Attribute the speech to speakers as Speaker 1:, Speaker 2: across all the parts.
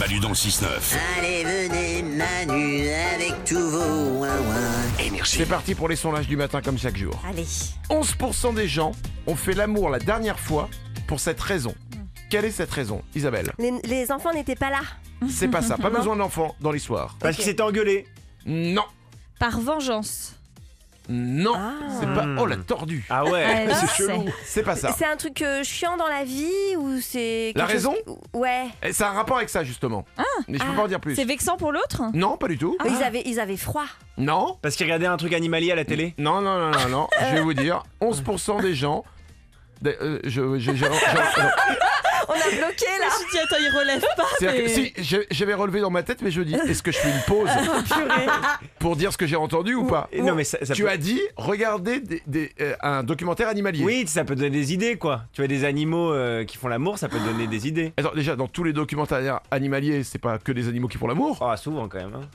Speaker 1: Manu dans le 6-9.
Speaker 2: Allez, venez, Manu, avec tous vos ouin-ouin.
Speaker 1: Énergie.
Speaker 3: C'est parti pour les sondages du matin comme chaque jour.
Speaker 4: Allez.
Speaker 3: 11% des gens ont fait l'amour la dernière fois pour cette raison. Quelle est cette raison, Isabelle
Speaker 4: Les, les enfants n'étaient pas là.
Speaker 3: C'est pas ça, pas besoin d'enfant dans l'histoire.
Speaker 5: Parce qu'il s'est engueulé.
Speaker 3: Non,
Speaker 6: Par vengeance.
Speaker 3: non,
Speaker 4: Ah.
Speaker 3: c'est pas... Oh la tordue
Speaker 5: Ah ouais.
Speaker 6: Elle
Speaker 5: c'est
Speaker 6: sait.
Speaker 5: chelou.
Speaker 3: C'est pas ça.
Speaker 4: C'est un truc euh, chiant dans la vie ou c'est.
Speaker 3: La
Speaker 4: quelque chose- Ouais.
Speaker 3: Et ça a un rapport avec ça justement. Mais je peux
Speaker 4: Ah.
Speaker 3: pas en dire plus.
Speaker 6: C'est vexant pour l'autre
Speaker 3: Non, pas du tout.
Speaker 4: Mais Ils, avaient, ils avaient froid.
Speaker 3: Non,
Speaker 5: Parce qu'il regardait un truc animalier à la télé.
Speaker 3: non, non, non, non, non. je vais vous dire, 11% des gens... des- euh, je, je- je- je- non.
Speaker 4: On a bloqué là.
Speaker 6: Je me dis, attends, il relève pas.
Speaker 3: C'est-à-dire que-
Speaker 6: mais-
Speaker 3: si, je- j'avais relevé dans ma tête, mais je dis, est-ce que je fais une pause pour dire ce que j'ai entendu ou pas
Speaker 5: Et Non mais ça, ça
Speaker 3: Tu
Speaker 5: peut...
Speaker 3: as dit, regardez des- des- euh, un documentaire animalier.
Speaker 5: Oui, ça peut donner des idées quoi. Tu vois des animaux euh, qui font l'amour, ça peut donner des idées.
Speaker 3: Attends, déjà, dans tous les documentaires animaliers, c'est pas que des animaux qui font l'amour.
Speaker 5: Ah souvent quand même. hein.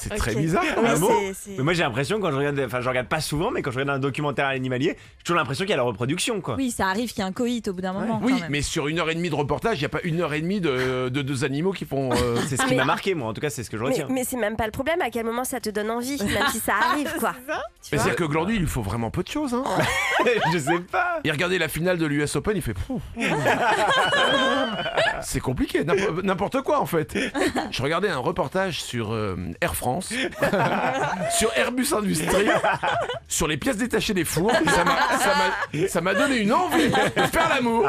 Speaker 3: C'est
Speaker 4: Ok.
Speaker 3: très bizarre.
Speaker 4: Mais
Speaker 5: Ah bon
Speaker 4: c'est- c'est-
Speaker 5: Mais moi j'ai l'impression quand je regarde, enfin je regarde pas souvent, mais quand je regarde un documentaire animalier, j'ai toujours l'impression qu'il y a la reproduction quoi.
Speaker 6: Oui, ça arrive qu'il y a un coït au bout d'un moment.
Speaker 3: Oui,
Speaker 6: quand même.
Speaker 3: mais sur une heure et demie de reportage, il n'y a pas une heure et demie de, de deux animaux qui font. euh,
Speaker 5: C'est ce qui m'a marqué moi, en tout cas c'est ce que
Speaker 3: Oh,
Speaker 5: je
Speaker 4: Ah, Mais,
Speaker 5: retiens.
Speaker 4: mais c'est même pas le problème, à quel moment ça te donne envie, même si ça arrive quoi. Tu
Speaker 3: Mais
Speaker 4: vois
Speaker 3: c'est-à-dire que Glandu, il lui faut vraiment peu de choses. Hein.
Speaker 5: je sais pas.
Speaker 3: Il regardait la finale de l'US Open, il fait. Pouf. c'est compliqué, n'importe- n'importe quoi en fait. Je regardais un reportage sur euh, Air France, sur Airbus Industrie, sur les pièces détachées des fours. Ça m'a- ça m'a- Ça m'a donné une envie de faire l'amour.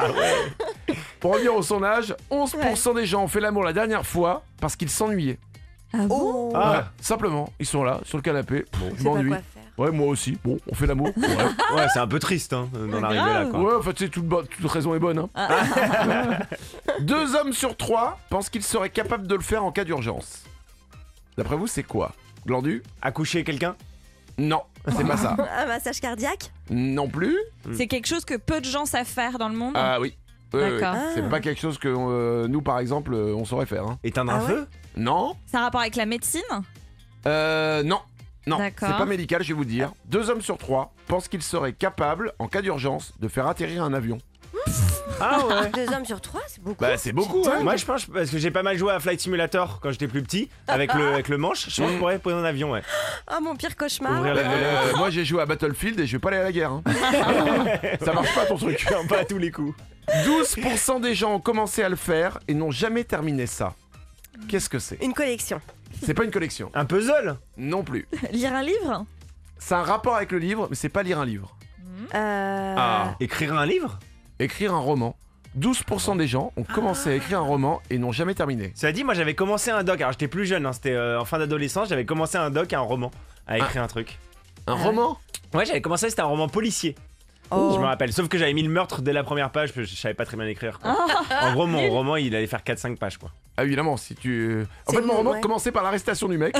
Speaker 3: Pour revenir au sondage, 11% des gens ont fait l'amour la dernière fois parce qu'ils s'ennuyaient.
Speaker 6: Ah bon
Speaker 4: Oh,
Speaker 5: Ah.
Speaker 3: Voilà, simplement, ils sont là, sur le canapé. Pff,
Speaker 4: je
Speaker 3: je
Speaker 4: sais pas
Speaker 3: m'ennuie.
Speaker 4: quoi faire.
Speaker 3: Ouais, moi aussi. Bon, on fait l'amour. Ouais.
Speaker 5: Ouais, c'est un peu triste hein, d'en arriver là quoi.
Speaker 3: Ouais, en fait, c'est toute, bo- toute raison est bonne. hein.
Speaker 6: Ah.
Speaker 3: Deux hommes sur trois pensent qu'ils seraient capables de le faire en cas d'urgence. D'après vous, c'est quoi Glandu
Speaker 5: Accoucher quelqu'un
Speaker 3: Non, c'est pas ça.
Speaker 4: Un massage cardiaque
Speaker 3: Non plus
Speaker 6: C'est quelque chose que peu de gens savent faire dans le monde.
Speaker 3: Ah oui. Oui, oui,
Speaker 6: D'accord.
Speaker 4: Ah.
Speaker 3: C'est pas quelque chose que euh, nous, par exemple, euh, on saurait faire. hein.
Speaker 5: Éteindre
Speaker 4: Ah
Speaker 5: un
Speaker 4: ouais
Speaker 5: feu
Speaker 3: Non
Speaker 6: C'est un rapport avec la médecine
Speaker 3: Euh, non. Non, c'est
Speaker 6: D'accord.
Speaker 3: pas médical, je vais vous dire. Deux hommes sur trois pensent qu'ils seraient capables, en cas d'urgence, de faire atterrir un avion.
Speaker 5: Ah ouais.
Speaker 4: Deux hommes sur trois, c'est beaucoup.
Speaker 3: Bah, c'est beaucoup, hein
Speaker 5: Moi je pense parce que j'ai pas mal joué à Flight Simulator quand j'étais plus petit
Speaker 4: Ah.
Speaker 5: avec le avec le manche, je pense que je pourrais prendre un avion ouais.
Speaker 4: Oh mon pire cauchemar.
Speaker 5: Ouvrir les volets.
Speaker 3: Euh, moi j'ai joué à Battlefield et je vais pas aller à la guerre. hein. Ça marche pas ton truc.
Speaker 5: Non, pas à tous les coups.
Speaker 3: 12% des gens ont commencé à le faire et n'ont jamais terminé ça. Qu'est-ce que c'est
Speaker 4: Une collection.
Speaker 3: C'est pas une collection,
Speaker 5: Un puzzle
Speaker 3: non plus.
Speaker 6: Lire un livre
Speaker 3: C'est un rapport avec le livre, mais c'est pas lire un livre.
Speaker 4: Euh,
Speaker 3: Ah.
Speaker 5: Écrire un livre
Speaker 3: Écrire un roman. 12% des gens ont commencé à écrire un roman et n'ont jamais terminé.
Speaker 5: Ça dit, moi j'avais commencé un doc, alors j'étais plus jeune, hein, c'était euh, en fin d'adolescence, j'avais commencé un doc, un roman, à écrire un truc.
Speaker 3: Un
Speaker 4: Ah.
Speaker 3: roman
Speaker 5: Ah. Ouais, j'avais commencé, c'était un roman policier,
Speaker 4: oh.
Speaker 5: je me rappelle, sauf que j'avais mis le meurtre dès la première page, parce que je savais pas très bien écrire. quoi. en gros, mon roman, il allait faire 4-5 pages, quoi.
Speaker 3: Ah, évidemment, si tu. En
Speaker 4: C'est
Speaker 3: fait, mon
Speaker 4: une-
Speaker 3: roman
Speaker 4: ouais.
Speaker 3: commençait par l'arrestation du mec.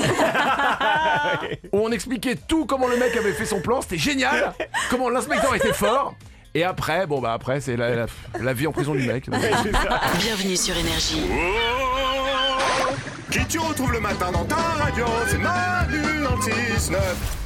Speaker 3: où on expliquait tout comment le mec avait fait son plan, c'était génial. Comment l'inspecteur était fort. Et après, bon, bah après, c'est la, la- la vie en prison du mec.
Speaker 7: Bienvenue sur Énergie.
Speaker 1: Qui tu retrouves le matin dans ta radio, c'est Manu dans le 6-9.